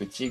内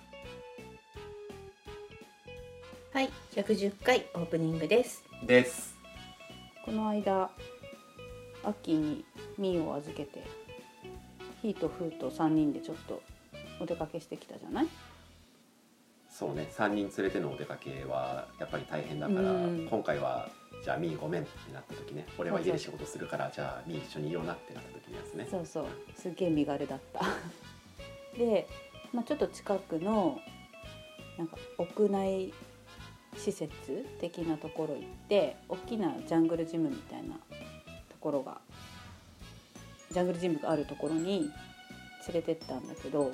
はい、110回オープニングです。ですこの間アッキーにミーを預けてヒーとフーと3人でちょっとお出かけしてきたじゃないそうね3人連れてのお出かけはやっぱり大変だから、うん今回はじゃあみーごめんってなった時ね俺は家で仕事するからじゃあみー一緒にいようなってなった時のやつねそうそうすっげえ身軽だった で、まあ、ちょっと近くのなんか屋内施設的なところ行って大きなジャングルジムみたいなところがジャングルジムがあるところに連れてったんだけど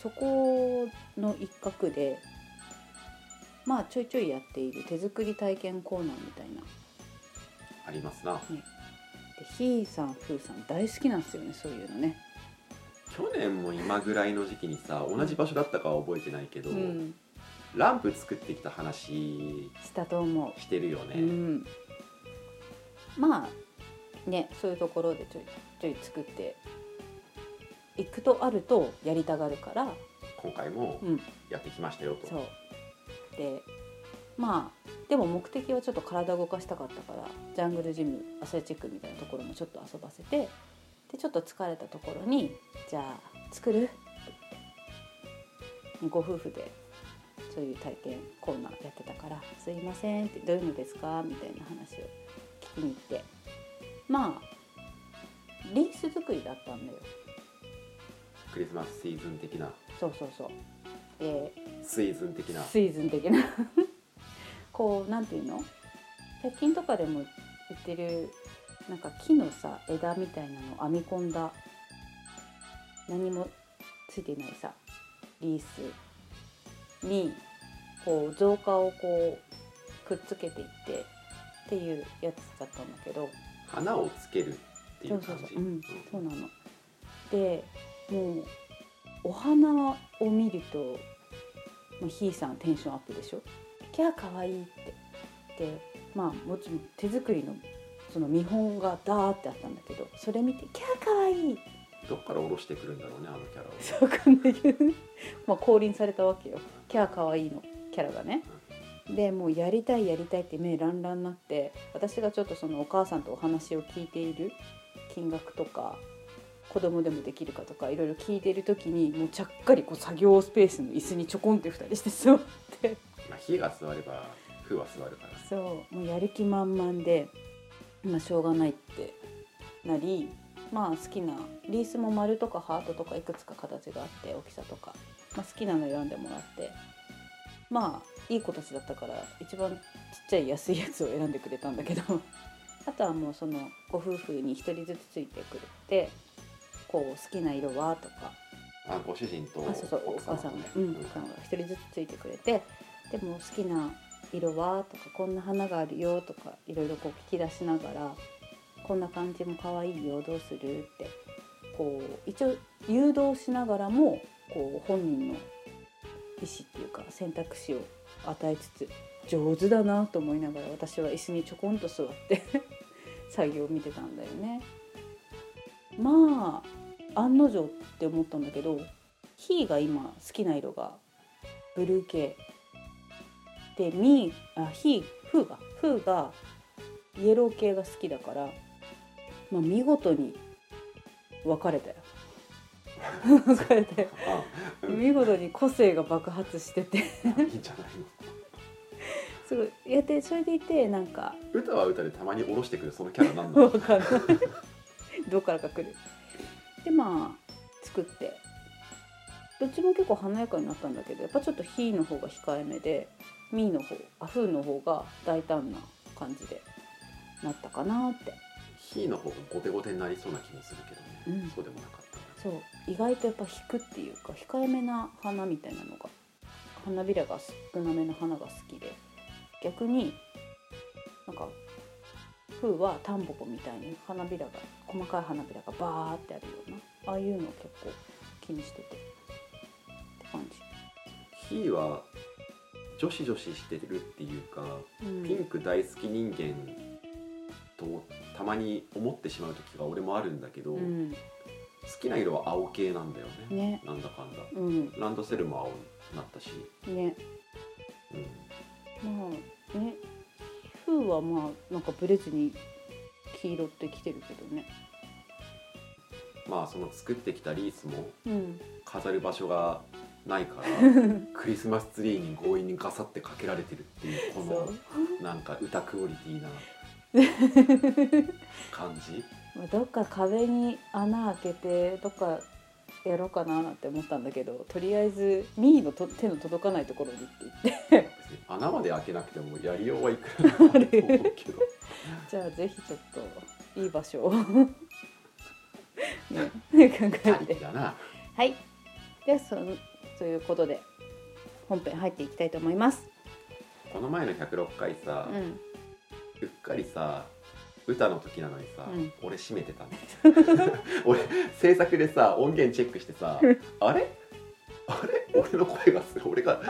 そこの一角でまあちょいちょいやっている手作り体験コーナーみたいなありますなでひーさんふーさん大好きなんですよねそういうのね。去年も今ぐらいの時期にさ同じ場所だったかは覚えてないけど、うんランプ作ってきた話したと思うしてるよね、うん、まあねそういうところでちょいちょい作っていくとあるとやりたがるから、今回もうん、やってきましたよと、そうでまあでも目的はちょっと体動かしたかったからジャングルジムアスレチックみたいなところもちょっと遊ばせてでちょっと疲れたところにじゃあ作るご夫婦でそういう体験コーナーやってたから「すいません」って「どういうのですか?」みたいな話を聞きに行ってまあリース作りだったんだよクリスマスシーズン的なそうそうそうでシーズン的なシーズン的な こうなんていうの百均とかでも売ってるなんか木のさ枝みたいなのを編み込んだ何もついてないさリースにこう造花をこうくっつけていってっていうやつだったんだけど花をつけるっていう感そうじそうそう,、うん、そううんなのでもうお花を見るともうひーさんテンションアップでしょキャーかわいいってでまあもちろん手作りのその見本がダーってあったんだけどそれ見てキャーかわいいってどっから下ろしてくるんだろうねあのキャラをわかんないけどねまあ降臨されたわけよキャーかわいいのキャラがねでもうやりたいやりたいって目ランランになって私がちょっとそのお母さんとお話を聞いている金額とか子供でもできるかとかいろいろ聞いている時にもうちゃっかりこう作業スペースの椅子にちょこんって2人して座ってまあ、火が座れば風は座るからそうもうやる気満々でまあしょうがないってなりまあ好きなリースも丸とかハートとかいくつか形があって大きさとか、まあ、好きなの選んでもらってまあいい子たちだったから一番ちっちゃい安いやつを選んでくれたんだけど あとはもうそのご夫婦に1人ずつついてくれてこう好きな色はとかあご主人とあそうそうお奥母様さとんねが、うん、うおん母さんが一人ずつついてくれてでも好きな色はとかこんな花があるよとかいろいろこう聞き出しながらこんな感じも可愛いよどうするってこう一応誘導しながらもこう本人の意思っていうか選択肢を与えつつ上手だなと思いながら私は椅子にちょこんと座って 作業を見てたんだよね。まあ案の定って思ったんだけどヒーが今好きな色がブルー系でミーあヒーフーがフーがイエロー系が好 きだから、まあ、見事に分かれたよこうやってう見事に個性が爆発しててん、いいんじゃないすごいやってそれでいてなんかの歌は歌でたまに下ろしてくるそのキャラなんだろわうかんないどっからか来るでまあ作ってどっちも結構華やかになったんだけどやっぱちょっと「ひ」の方が控えめで「み」の方「あふ」の方が大胆な感じでなったかなってヒーの方がゴテゴテになりそうな気もするけどね、うんそうでもなかったそなう意外とやっぱ引くっていうか控えめな花みたいなのが花びらが少なめの花が好きで逆になんか風はタンポポみたいに花びらが細かい花びらがバーってあるようなああいうのを結構気にしててって感ヒーは女子女子してるっていうか、じ、うんピンク大好き人間とたまに思ってしまう時が俺もあるんだけど、うん好きな色は青系なんだよねねなんだかんだうんランドセルも青になったし、ねうん、まあね風はまあなんかブレずに黄色ってきてるけどねまあその作ってきたリースもうん飾る場所がない からクリスマスツリーに強引にガサってかけられてるっていうこそのなんか歌クオリティな 感じまあどっか壁に穴開けてどっかやろうかななんて思ったんだけどとりあえずミーのと手の届かないところにって 言って別に穴まで開けなくてもやりようはいくらでもあると思う けどじゃあぜひちょっといい場所を ね考他え力てだなはいでそのということで本編入っていきたいと思いますこの前の106回さ、ううんっかりさ歌の時なのにさ、うん俺閉めてたね 俺制作でさ音源チェックして さあれあれ俺の声がする俺が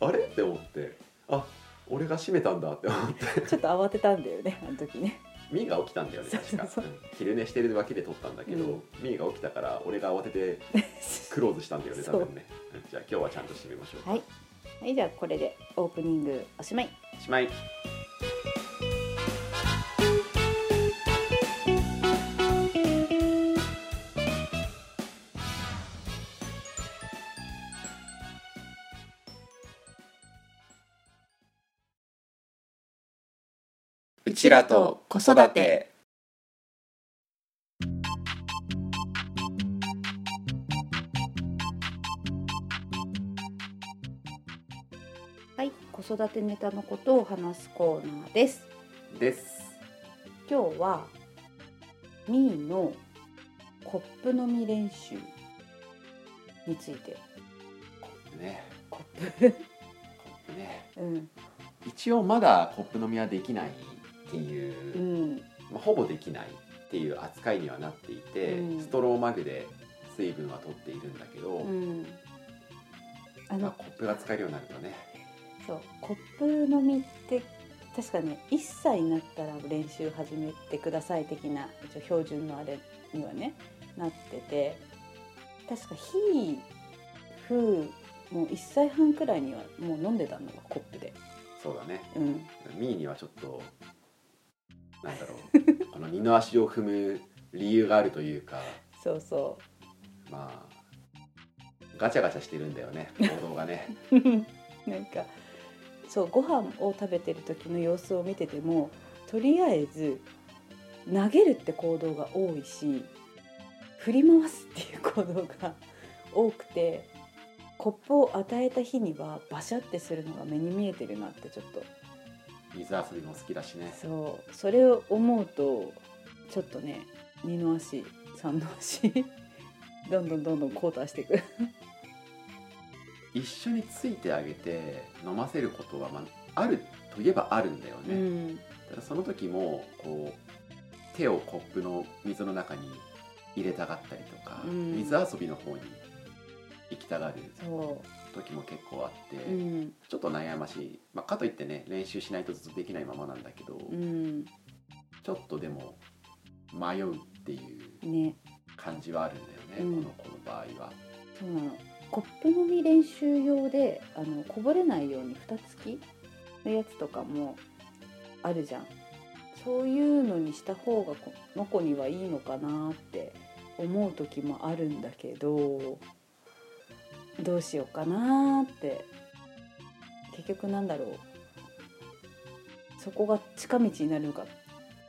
あれって思ってあ俺が閉めたんだって思ってちょっと慌てたんだよね あの時ねミーが起きたんだよね確かそうそうそううん昼寝してるわけで撮ったんだけど、うんミーが起きたから俺が慌ててクローズしたんだよね多そう分ねうんじゃあ今日はちゃんと閉めましょう、はい、はい、じゃあこれでオープニングおしまいしまいウチらと子育てはい子育てネタのことを話すコーナーですです今日はミーのコップ飲み練習について、ねコップねうん一応まだコップ飲みはできないっていうう、んまあ、ほぼできないっていう扱いにはなっていて、うんストローマグで水分は取っているんだけど、うん、あまあのコップが使えるようになるとねそうコップ飲みって確かね1歳になったら練習始めてください的な一応標準のあれにはねなってて確か「ひ」「ふ」もう1歳半くらいにはもう飲んでたのがコップで。そうだねうんミーにはちょっとなんだろう この二の足を踏む理由があるというかそうそまあガチャガチャしてるんだよね行動がね うなんかそうご飯を食べてる時の様子を見ててもとりあえず投げるって行動が多いし振り回すっていう行動が多くてコップを与えた日にはバシャってするのが目に見えてるなってちょっと水遊びも好きだしねそうそれを思うとちょっとね二の足三の足どんどんどんどん後退していく。一緒についてあげて飲ませることは、まあ、あるといえばあるんだよね、んただその時もこう手をコップの水の中に入れたがったりとか、うん水遊びの方に行きたがるそ時も結構あって、う、うんちょっと悩ましい、まあ、かといってね練習しないとずっとできないままなんだけど、うん、ちょっとでも迷うっていうね、感じはあるんだよね、うんこの子の場合は。そうなの。コップ飲み練習用で、あのこぼれないように蓋付きのやつとかもあるじゃん。そういうのにした方がこの子にはいいのかなって思う時もあるんだけどどうしようかなーって結局なんだろうそこが近道になるのか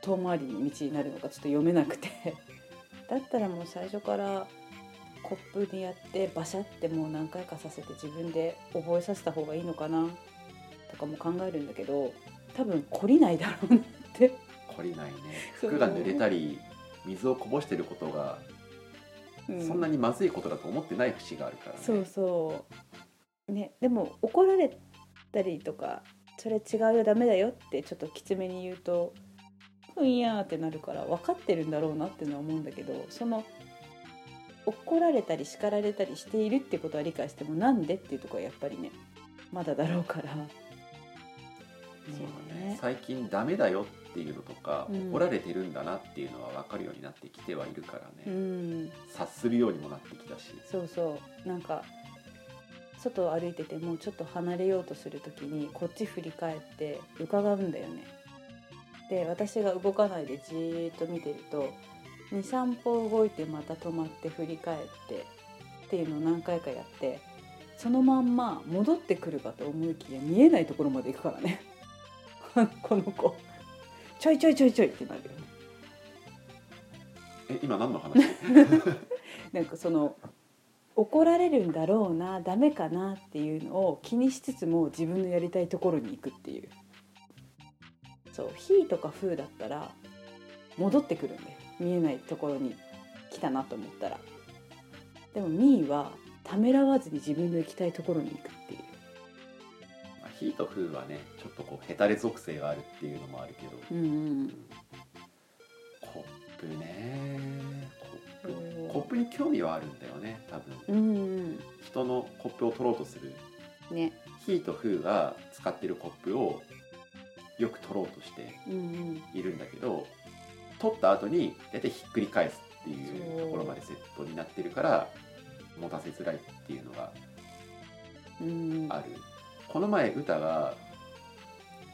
遠回りの道になるのかちょっと読めなくてだったらもう最初からコップでやってバシャってもう何回かさせて自分で覚えさせた方がいいのかなとかも考えるんだけど多分懲りないだろうなって懲りないねそう服が濡れたり水をこぼしてることがそんなにまずいことだと思ってない節があるからね、そうそうねでも怒られたりとか「それ違うよダメだよ」ってちょっときつめに言うと「うんや」ってなるから分かってるんだろうなってのは思うんだけどその怒られたり叱られたりしているってことは理解してもなんでっていうところはやっぱりねまだだろうから。そうだね最近ダメだよっていうのとか、うん怒られてるんだなっていうのは分かるようになってきてはいるからうね、ん察するようにもなってきたしそうそうなんか外を歩いててもちょっと離れようとする時にこっち振り返って伺うんだよねで私が動かないでじーっと見てると23歩動いてまた止まって振り返ってっていうのを何回かやってそのまんま戻ってくるかと思いきや見えないところまで行くからね この子ちょいちょいちょいちょいってなるよねえ今何の話 なんかその怒られるんだろうなダメかなっていうのを気にしつつも自分のやりたいところに行くっていうそう「非」とか「風」だったら戻ってくるんだよ見えないところに来たなと思ったらでも「み」はためらわずに自分の行きたいところに行くっていうまあヒーとフーはねちょっとこうヘタレ属性があるっていうのもあるけど、うんコップねコップコップに興味はあるんだよね多分うんうん人のコップを取ろうとするねヒーとフーが使ってるコップをよく取ろうとしてうんうんいるんだけど取った後に大体ひっくり返すっていうそうところまでセットになってるから持たせづらいっていうのがうんある、この前歌が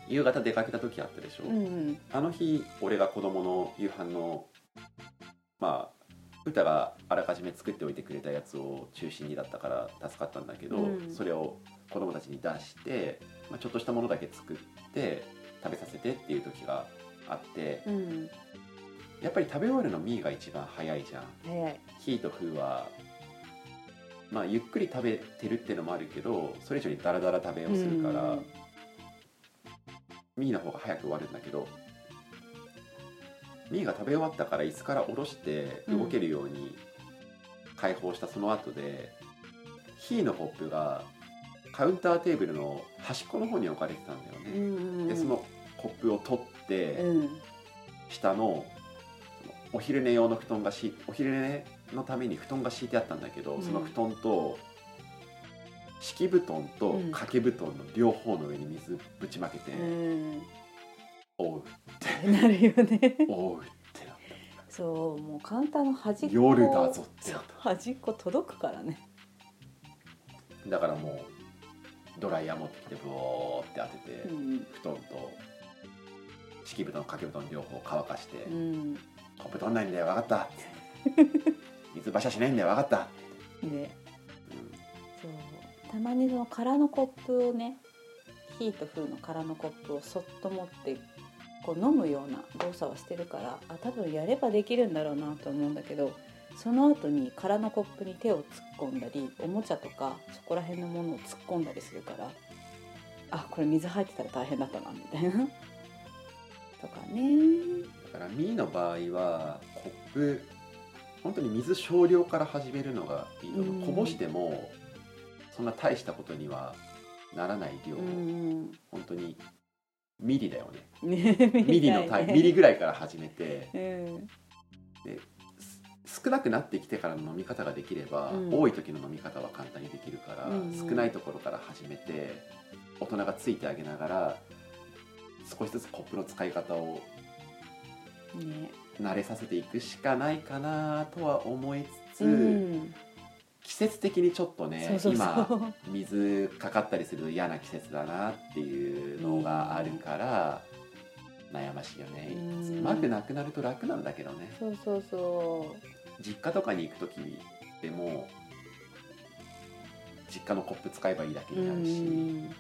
夕方出かけた時あったでしょ、うんうんあの日俺が子供の夕飯のまあ歌があらかじめ作っておいてくれたやつを中心にだったから助かったんだけど、うんそれを子供たちに出して、まあ、ちょっとしたものだけ作って食べさせてっていう時があってうんやっぱり食べ終わるのミーが一番早いじゃん早いヒーとフーはまあゆっくり食べてるってのもあるけどそれ以上にダラダラ食べをするから、うんミーの方が早く終わるんだけどミーが食べ終わったから椅子から下ろして動けるように解放したその後で、ヒーのコップがカウンターテーブルの端っこの方に置かれてたんだようね。んうんうんでそのコップを取って、うん下のお昼寝用の布団がしお昼寝のために布団が敷いてあったんだけど、うんその布団と敷布団とうん掛け布団の両方の上に水ぶちまけてう、んおう なるよねおうってなっそうもうカウンターの端たっこ夜だぞってそなうっ端っこ届くからねただからもうドライヤー持ってきてブオーって当てて、うん、布団と敷布団掛け布団両方乾かして、うん、コップ取んないんだよ分かった 水馬車しないんだよ分かった、ねうんそうたまにその空のコップをねヒーとフーの空のコップをそっと持ってこう飲むような動作はしてるからあ多分やればできるんだろうなと思うんだけどその後に空のコップに手を突っ込んだりおもちゃとかそこら辺のものを突っ込んだりするからあこれ水入ってたら大変だったなみたいな とかねだからミーの場合はコップ本当に水少量から始めるのがいいのうんこぼしてもそんな大したことにはならない量、うん本当にミリ だよねうんねミリの 単位ミリぐらいから始めてうんす少なくなってきてからの飲み方ができれば、うん多い時の飲み方は簡単にできるから、うん少ないところから始めて大人がついてあげながら少しずつコップの使い方をね慣れさせていくしかないかなとは思いつつ、うん季節的にちょっとねそうそうそ今う水かかったりすると嫌な季節だなっていうのがあるから悩ましいよねうんうまくなくなると楽なんだけどねそうそうそ実家とかに行く時でも実家のコップ使えばいいだけうになるし、ん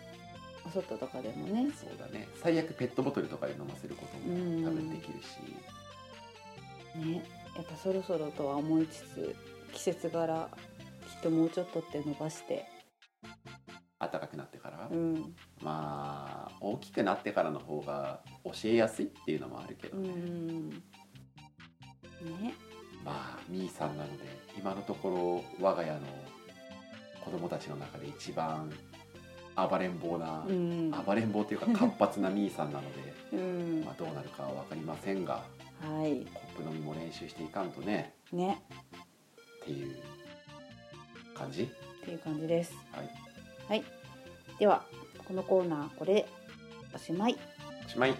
お外とかでもねそうだね最悪ペットボトルとかで飲ませることもうん多分できるし、ねやっぱそろそろとは思いつつ季節柄きっともうちょっとって伸ばして暖かくなってから、うんまあ大きくなってからの方が教えやすいっていうのもあるけどうね、んねまあみーさんなので今のところ我が家の子供たちの中で一番暴れん坊な、うん暴れん坊というか活発なみーさんなので、 うんまあ、どうなるかは分かりませんがはいコップ飲みも練習していかんとねねっていう感じっていう感じですはいはいではこのコーナーこれでおしまいおしまい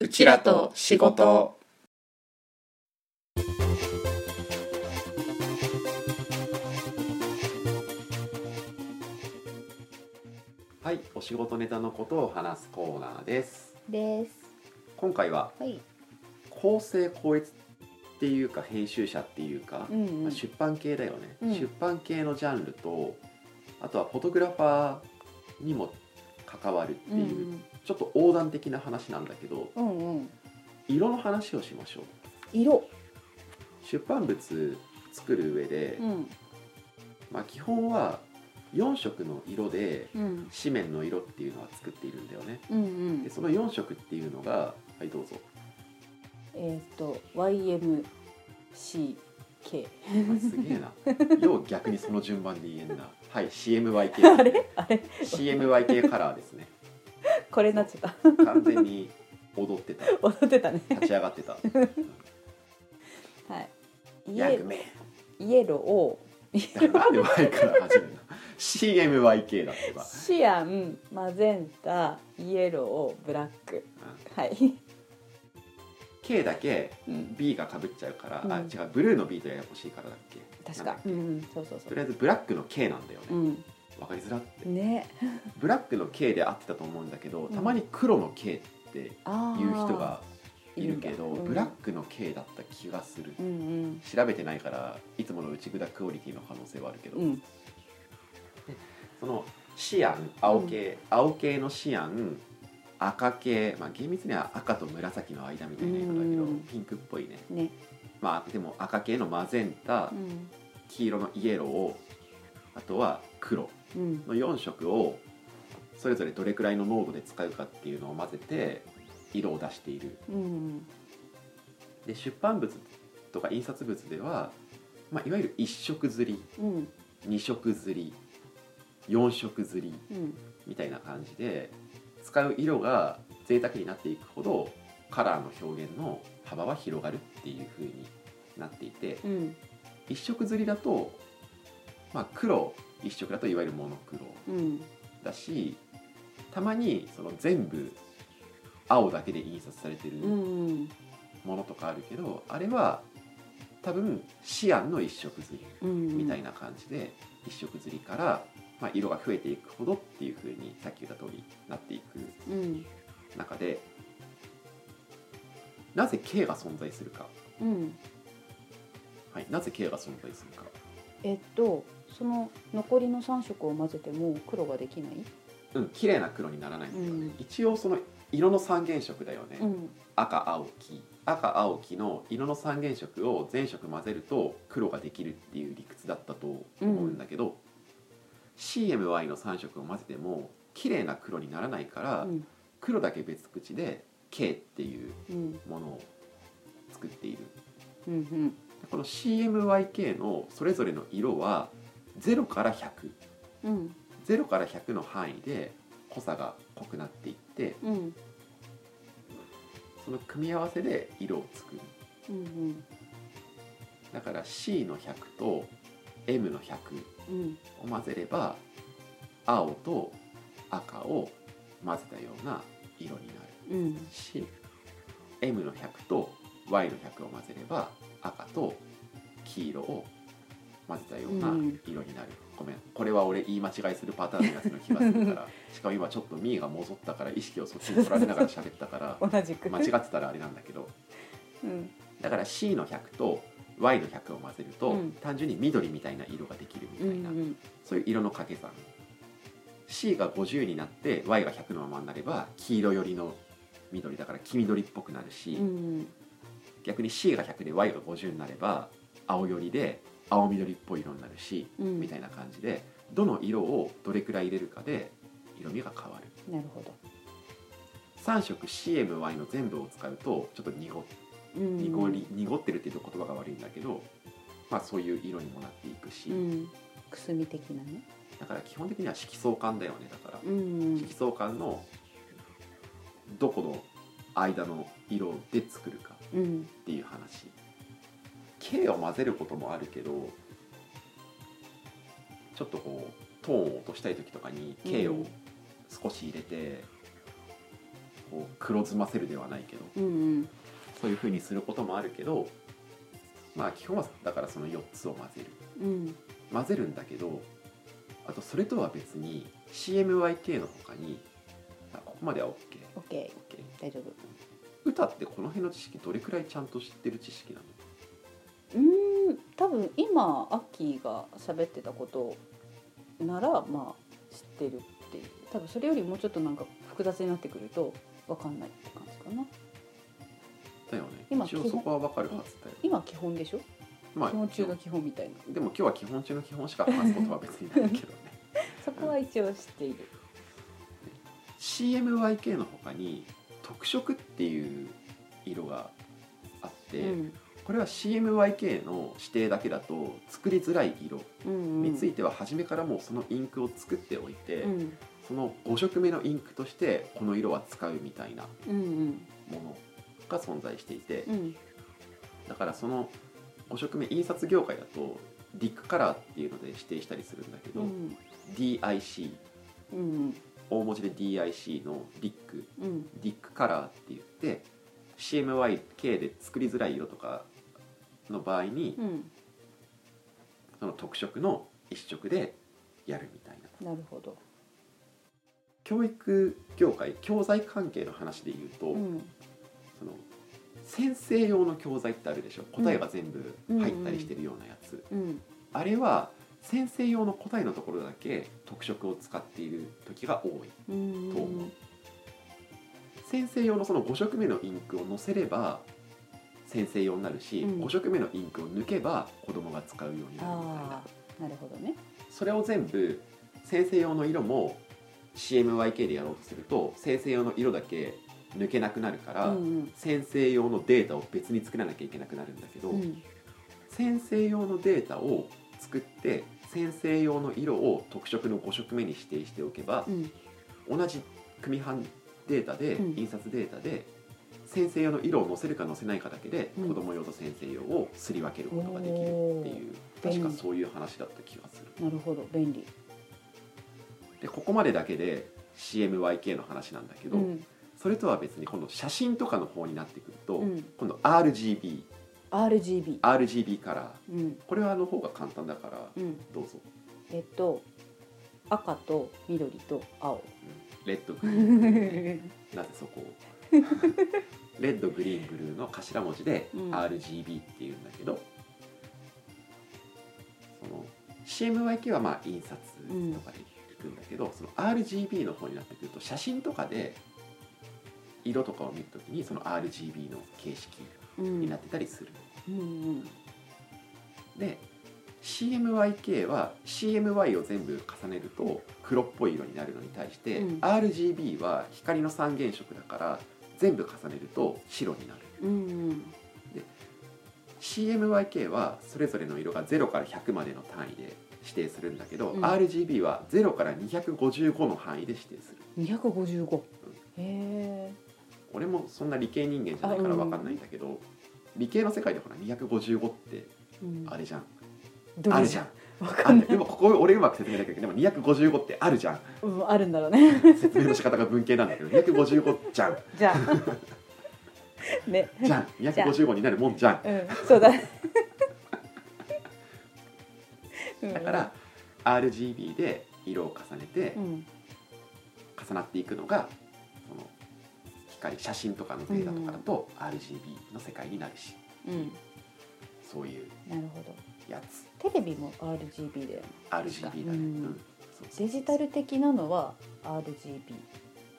うちらと仕事はいお仕事ネタのことを話すコーナーですです今回ははい構成校閲っていうか編集者っていうか、うんうまあん出版系だよね、うん出版系のジャンルとあとはフォトグラファーにも関わるってういう、んちょっと横断的な話なんだけどうんうんうん色の話をしましょう色出版物作る上で、うんまあ、基本は4色の色でうん紙面の色っていうのは作っているんだよねうんうんでその4色っていうのがはいどうぞえっ、と YMCK あすげえなよう逆にその順番で言えんなはい CMYK あれ あれ CMYK カラーですねこれになっちゃった 完全に踊ってた踊ってたね立ち上がっ てたはいイヤングエメンイエローをなんで Y から始めるの CMYK だってば、シアンマゼンタイエローブラックうんはい、 K だけうん、 B がかぶっちゃうから、あうん違うブルーの B とややこしいからだっけ確なんかだっ、うんうん、そうそうけそとうりあえずブラックの K なんだよねうわ、んかりづらってねブラックの K で合ってたと思うんだけどんたまに黒の K っていうああ人がいるけど、いるんだうんブラックの K だった気がする、うん調べてないからいつもの内札クオリティの可能性はあるけど、うんうんそのシアン青系、青系のシアン赤系、まあ、厳密には赤と紫の間みたいな色だけど、うんピンクっぽいね、ねまあ、でも赤系のマゼンタ、うん黄色のイエローをあとは黒うんの4色をそれぞれどれくらいの濃度で使うかっていうのを混ぜて色を出しているうんで出版物とか印刷物では、まあ、いわゆる1色刷りうん2色刷り4色刷りうんみたいな感じで使う色が贅沢になっていくほどカラーの表現の幅は広がるっていう風になっていてうん一色刷りだと、まあ、黒一色だといわゆるモノクロうんだしたまにその全部青だけで印刷されてるうんものとかあるけど、あれは多分シアンの一色刷りうんみたいな感じで一色刷りから、まあ、色が増えていくほどっていう風にさっき言った通りなっていくうん中でなぜ K が存在するか、うんはい、なぜ K が存在するかえっとその残りの三色を混ぜても黒ができないうん綺麗な黒にならないんだよね、うん一応その色の三原色だよね、うん赤青黄赤青黄の色の三原色を全色混ぜると黒ができるっていう理屈だったと思うんだけど、CMY の3色を混ぜても綺麗な黒にならないから、うん黒だけ別口で K っていううんものを作っているうんうんこの CMYK のそれぞれの色は0からうん1000から100の範囲で濃さが濃くなっていってうんその組み合わせで色を作るうんだから C の100と M の100うんを混ぜれば青と赤を混ぜたような色になるうんし M の100と Y の100を混ぜれば赤と黄色を混ぜたようなうん色になる、ごめんこれは俺言い間違いするパターンのやつの気がするから しかも今ちょっとミーがもぞったから意識をそっちに取られながら喋った から同じく間違ってたらあれなんだけどうんだから C の100と Y の100を混ぜると、うん単純に緑みたいな色ができるみうんうたいな、んそういう色の掛け算 C が50になって Y が100のままになれば黄色寄りの緑だから黄緑っぽくなるし、うん逆に C が100で Y が50になれば青寄りで青緑っぽい色になるし、うんみたいな感じでどの色をどれくらい入れるかで色味が変わるなるほど3色 CMY の全部を使うとちょっと濁っうん濁り濁ってるっていうと言葉が悪いんだけど、まあ、そういう色にもなっていくし、うんくすみ的なねだから基本的には色相関だよねだからう、ん色相関のどこの間の色で作るかうんっていう話 K を混ぜることもあるけどちょっとこうトーンを落としたい時とかに K うをん少し入れて、こう黒ずませるではないけどうんうんそういう風にすることもあるけどまあ基本はだからその4つを混ぜるうん混ぜるんだけどあとそれとは別に CMYK の他にあここまでは OK, OK OK 大丈夫歌ってこの辺の知識どれくらいちゃんと知ってる知識なのうーん多分今アッキーが喋ってたことならまあ知ってるっていう多分それよりもうちょっとなんか複雑になってくると分かんないって感じかなだよね今一応そこは分かるはずだよ、今基本でしょ、まあ、基本中の基本みたいなでも今日は基本中の基本しか話すことは別にないけどね そこは一応知っている CMYK の他に特色っていう色があって、うんこれは CMYK の指定だけだと作りづらい色うんについては初めからもうそのインクを作っておいて、うんその5色目のインクとしてこの色は使うみたいなうんものが存在していて、うんうんだからその5色目印刷業界だとディックカラーっていうので指定したりするんだけど、うん DIC うん大文字で DIC のディックうんディックカラーって言って CMYK で作りづらい色とかの場合に、うんその特色の一色でやるみたいななるほど教育業界教材関係の話で言うと、うんその先生用の教材ってあるでしょ答えが全部入ったりしてるようなやつ、うんあれは先生用の答えのところだけ特色を使っている時が多いうんと思う先生用のその5色目のインクを乗せれば先生用になるし、うん5色目のインクを抜けば子供が使うようになるみたいあなあなるほどねそれを全部先生用の色も CMYK でやろうとすると先生用の色だけ抜けなくなるから、うん先生用のデータを別に作らなきゃいけなくなるんだけど、うんうん先生用のデータを作って先生用の色を特色の5色目に指定しておけばう、ん同じ組版データで、うん印刷データで先生用の色を載せるか載せないかだけで、うん子供用と先生用をすり分けることができるっていうおー確かそういう話だった気がするなるほど便利でここまでだけで CMYK の話なんだけど、うんそれとは別に今度写真とかの方になってくると、うん今度 RGBRGB RGB カラーうんこれはあの方が簡単だからうんどうぞえっと赤と緑と青レッドグ うリーンブルーねんなぜそこをレッドグリーンブルーの頭文字でうん RGB っていうんだけど、その CMYK はまあ印刷とかでいくんだけど、その RGB の方になってくると写真とかで色とかを見るときにその RGB の形式うんになってたりする。うんで CMYK は CMY を全部重ねると黒っぽい色になるのに対して、うん RGB は光の三原色だから全部重ねると白になるうんうん CMYK はそれぞれの色が0から100までの単位で指定するんだけど、うん RGB は0から255の範囲で指定する255へえ俺もそんな理系人間じゃないから分かんないんだけど、理系の世界でほら255ってうんあれじゃん、どあれるじゃんわあかんなるいでもここ俺うまく説明できるけどでも255ってあるじゃんうんあるんだろうね 説明の仕方が文系なんだけど255じゃんじゃあね じゃん255になるもんじゃんうんそうだうんだから、RGB で色を重ねて、うん重なっていくのがその光写真とかのデータとかだと RGB の世界になるし、うん、そういうなるほどやつテレビも RGB だよね RGB だね、ううんんそうそうデジタル的なのは RGB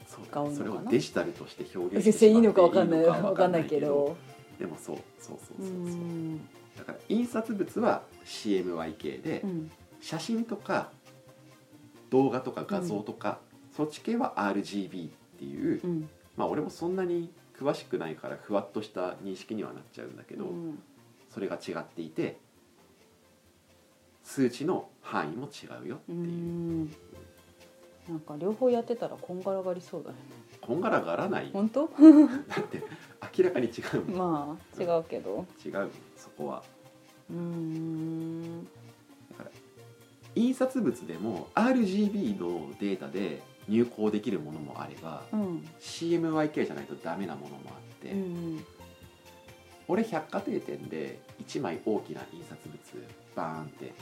そうが多いのそかれなをデジタルとして表現先し生ていいしまのってかわかんないのわわかんないけどでもそうそうそううそうそう、んだから印刷物は CMYK で、うん写真とか動画とか画像とか、そっち系は RGB っていう、うんまあ俺もそんなに詳しくないからふわっとした認識にはなっちゃうんだけど、うんそれが違っていて数値の範囲も違うよってういう、んなんか両方やってたらこんがらがりそうだねこんがらがらないだ本当って明らかに違う もん、まあ違うけど違うもんそこはうん印刷物でも RGB のデータで入稿できるものもあればうん、 CMYK じゃないとダメなものもあって、うん、俺百貨店店で1枚大きな印刷物バーンって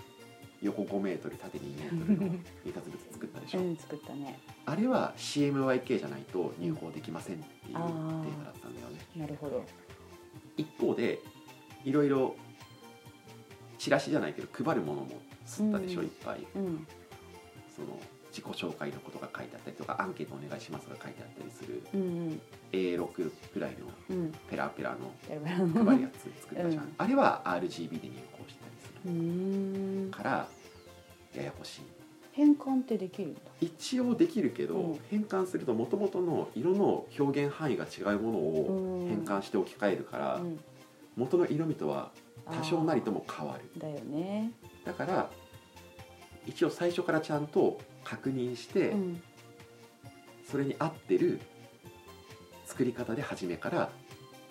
横5メートル縦2メート ルの印刷物作ったでしうょん、作ったねあれは CMYK じゃないと入稿できませんっていうデあーータだったんだよねなるほど一方でいろいろチラシじゃないけど配るものも吸ったでしょ、うんいっぱいうんその自己紹介のことが書いてあったりとかアンケートお願いしますが書いてあったりするうん A6 ぐらいのうんうんペラペラのやばいな配るやつ作ったじゃん、うんあれは RGB で入稿したりす うるんからややこしい変換ってできるんだ一応できるけど、うん変換するともともとの色の表現範囲が違うものを変変換して置き換えるから、うん、元の色味とは多少なりとも変わるだよね、だから一応最初からちゃんと確認して、うん、それに合ってる作り方で初めから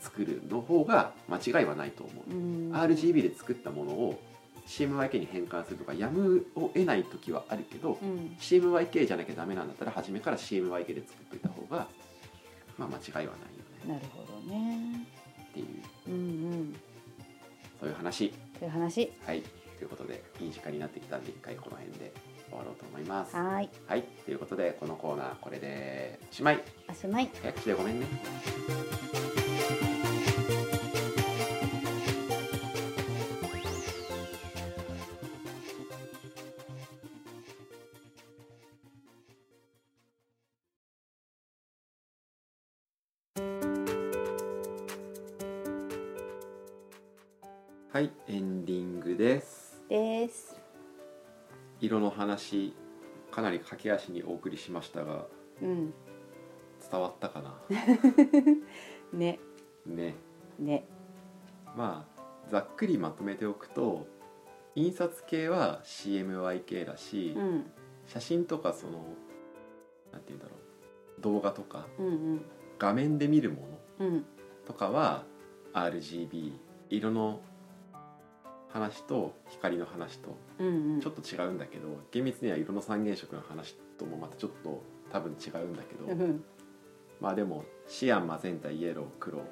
作るの方が間違いはないと思うう、ん RGB で作ったものを CMYK に変換するとかやむを得ない時はあるけど、うん CMYK じゃなきゃダメなんだったら初めから CMYK で作っといた方がまあ間違いはないよねなるほどねっていううんうんそういう話という話はいということでいい時間になってきたんで一回この辺で終わろうと思いますはーいはいということでこのコーナーこれでおしまいおしまい早口でごめんねはいエンディングですです色の話かなり駆け足にお送りしましたがうん伝わったかな ねねねまあざっくりまとめておくと印刷系は CMYK だし、うん写真とかそのなんて言うんだろう動画とかうん画面で見るものうんうんとかは RGB 色の話と光の話とうんうんちょっと違うんだけど、厳密には色の三原色の話ともまたちょっと多分違うんだけど、うんまあでもシアンマゼンタイエロー黒で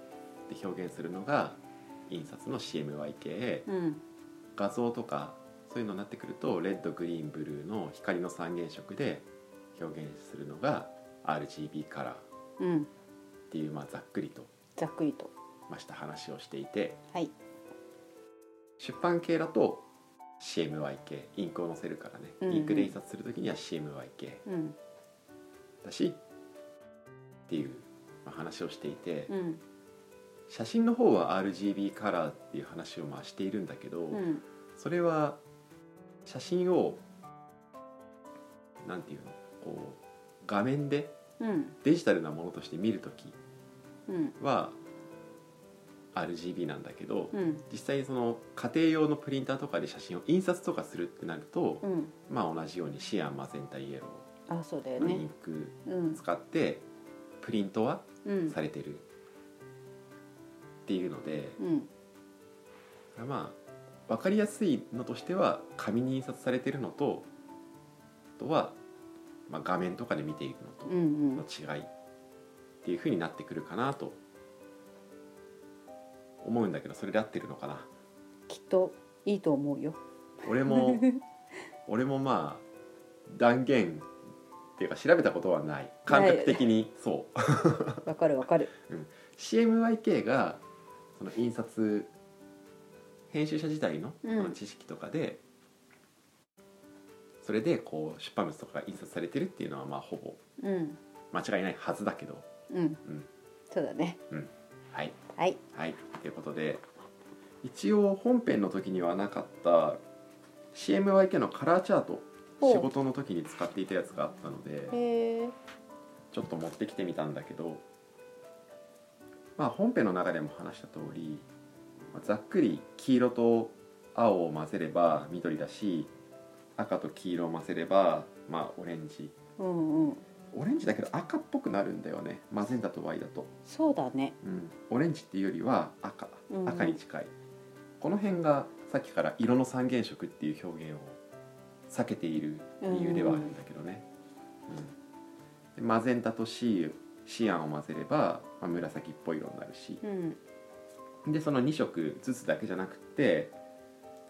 表現するのが印刷の CMYK うん画像とかそういうのになってくるとレッドグリーンブルーの光の三原色で表現するのが RGB カラーっうんていうまあざっくりとざっくりとまあした話をしていてはい出版系だと CMYK インクを載せるからね、うんうんインクで印刷する時には CMYK うんだしっていうまあ話をしていて、うん写真の方は RGB カラーっていう話をまあしているんだけど、うんそれは写真をなんていうのこう画面でうんデジタルなものとして見るときうんは RGB なんだけど、うん実際にその家庭用のプリンターとかで写真を印刷とかするってなると、うんまあ同じようにシアンマゼンタイエロあそうだよーのイねンクうん使ってプリントはうんされてるっていうので、うんまあ分かりやすいのとしては紙に印刷されてるのとあとは、まあ、画面とかで見ているうんうのんとの違いっていうふうになってくるかなと思うんだけどそれで合ってるのかなきっといいと思うよ俺も俺もまあ断言っていうか調べたことはない感覚的にそうわかるわかる CMYK がその印刷編集者時代のうんこの知識とかで、それでこう出版物とかが印刷されてるっていうのはまあほぼうん間違いないはずだけどうん、んそうだねはいはいはいということで一応本編の時にはなかった CMYK のカラーチャートほう仕事の時に使っていたやつがあったのでへえちょっと持ってきてみたんだけど、まあ、本編の中でも話した通りまあざっくり黄色と青を混ぜれば緑だし赤と黄色を混ぜれば、まあ、オレンジうんうんオレンジだけど赤っぽくなるんだよね混ぜんだと Y だと、そうだねうん、オレンジっていうよりは赤うん赤に近い、この辺がさっきから色の三原色っていう表現を避けている理由ではあるんだけどね、うんでマゼンタとシーシアンを混ぜれば、まあ、紫っぽい色になるしうんでその2色ずつだけじゃなくって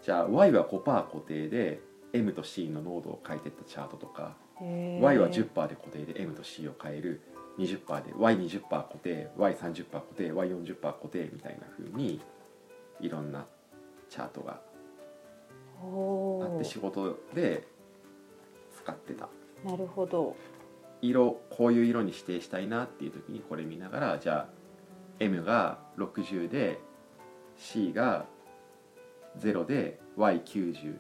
じゃあ Y は5%固定で M と C の濃度を変えてったチャートとか、へえ Y は10%で固定で M と C を変える20%で Y20% 固定 Y30% 固定 Y40% 固定みたいな風にいろんなチャートがあっおーて仕事で使ってたなるほど色こういう色に指定したいなっていう時にこれ見ながらじゃあ M が60で C が0で Y90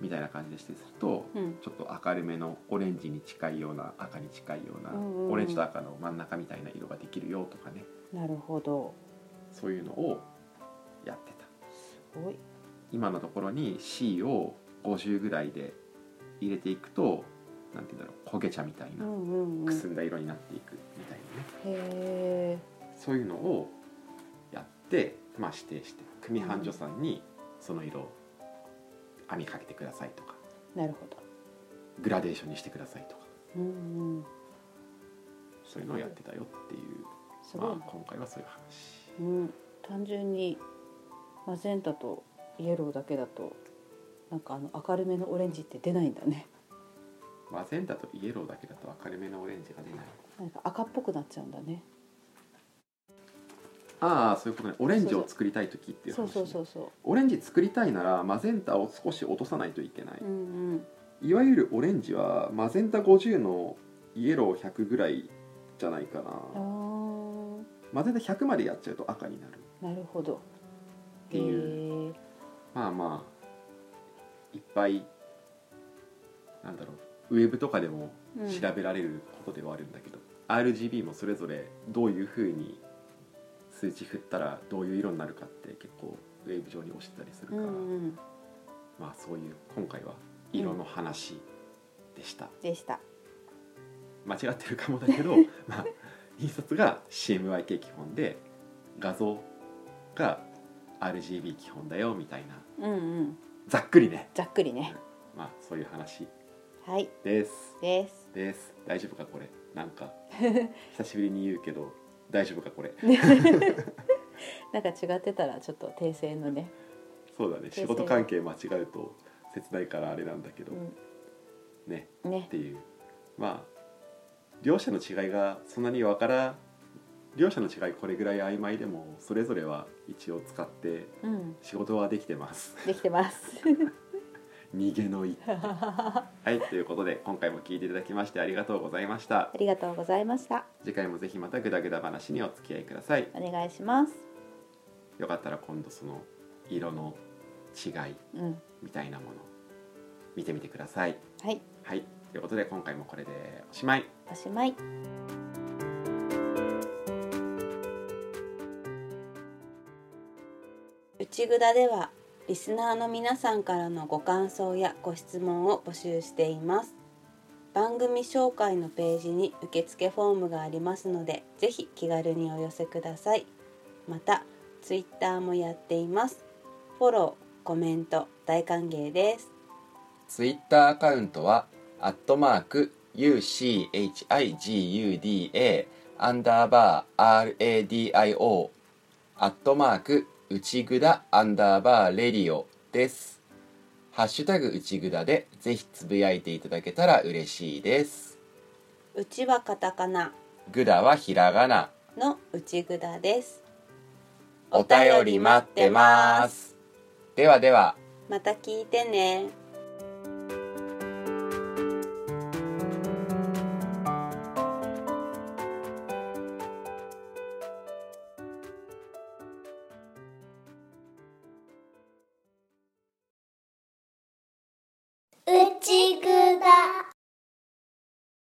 みたいな感じでしてするとうんちょっと明るめのオレンジに近いような赤に近いようなうんうんうんオレンジと赤の真ん中みたいな色ができるよとかねなるほどそういうのをやってたおい今のところに C を50ぐらいで入れていくとなんて言うんだろう焦げ茶みたいうなんうんうくんすへんだ色になっていくみたいなねえそういうのをやって、まあ、指定して組版助さんにその色を網かけてくださいとかなるほどグラデーションにしてくださいとかうんうんそういうのをやってたよっていう、すごいまなあ、今回はそういう話うん、単純にマゼンタとイエローだけだとなんかあの明るめのオレンジって出ないんだねマゼンタとイエローだけだと明るめのオレンジが出ないなんか赤っぽくなっちゃうんだねああそういうことねオレンジを作りたい時っていう話そね、うそうそうそオレンジ作りたいならマゼンタを少し落とさないといけない、ううんうんいわゆるオレンジはマゼンタ50のイエロー100ぐらいじゃないかな、あーマゼンタ100までやっちゃうと赤になるなるほどていへーまあまあいっぱいなんだろうウェブとかでもうん調べられることではあるんだけど、RGB もそれぞれどういうふうに数値振ったらどういう色になるかって結構ウェブ上に押してたりするかうら、んうんまあそういう今回は色の話でした、でした間違ってるかも だけどまあ印刷が CMYK 基本で画像が RGB 基本だよみたいなうんうんざっくりねざっくりねまあそういう話はいですですです大丈夫かこれなんか久しぶりに言うけど大丈夫かこれなんか違ってたらちょっと訂正のね、そうだね仕事関係間違うと切ないからあれなんだけど、うねん、ねっていうまあ両者の違いがそんなにわから両者の違いこれぐらい曖昧でもそれぞれは一応使ってうん仕事はできてます できてます逃げのいあはいということで今回も聞いていただきましてありがとうございましたりがとうございました次回もぜひまたグダグダ話にお付き合いくださいお願いしますよかったら今度その色の違いうんみたいなもの見てみてください。はいはい、ということで今回もこれでおしまい。おしまいうちぐだではリスナーの皆さんからのご感想やご質問を募集しています番組紹介のページに受付フォームがありますのでぜひ気軽にお寄せくださいまたツイッターもやっていますフォロー、コメント大歓迎ですツイッターアカウントはアットマーク UCHIGUDA アンダーバー RADIO アットマーク内ぐだアンダーバーレディオです。ハッシュタグうちぐだでぜひつぶやいていただけたら嬉しいです。うちはカタカナぐだはひらがな。のうちぐだですお便り待ってます。ではでは。また聞いてね